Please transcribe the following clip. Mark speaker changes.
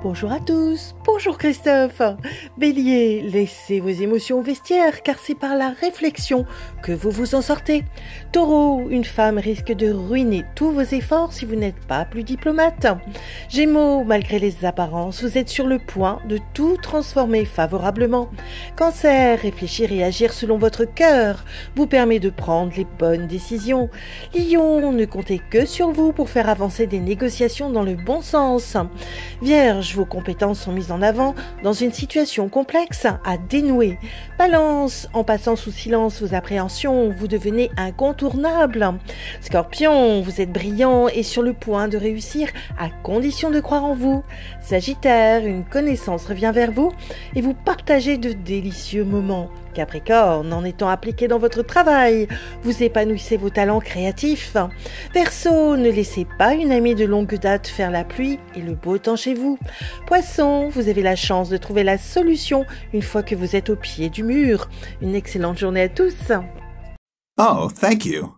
Speaker 1: Bonjour à tous, bonjour Christophe. Bélier, laissez vos émotions au vestiaire car c'est par la réflexion que vous vous en sortez. Taureau, une femme risque de ruiner tous vos efforts si vous n'êtes pas plus diplomate. Gémeaux, malgré les apparences, vous êtes sur le point de tout transformer favorablement. Cancer, réfléchir et agir selon votre cœur vous permet de prendre les bonnes décisions. Lion, ne comptez que sur vous pour faire avancer des négociations dans le bon sens. Vierge, vos compétences sont mises en avant dans une situation complexe à dénouer. Balance, en passant sous silence vos appréhensions, vous devenez incontournable. Scorpion, vous êtes brillant et sur le point de réussir à condition de croire en vous. Sagittaire, une connaissance revient vers vous et vous partagez de délicieux moments. Capricorne, en étant appliqué dans votre travail, vous épanouissez vos talents créatifs. Verseau, ne laissez pas une amie de longue date faire la pluie et le beau temps chez vous. Poisson, vous avez la chance de trouver la solution une fois que vous êtes au pied du mur. Une excellente journée à tous.
Speaker 2: Oh, thank you.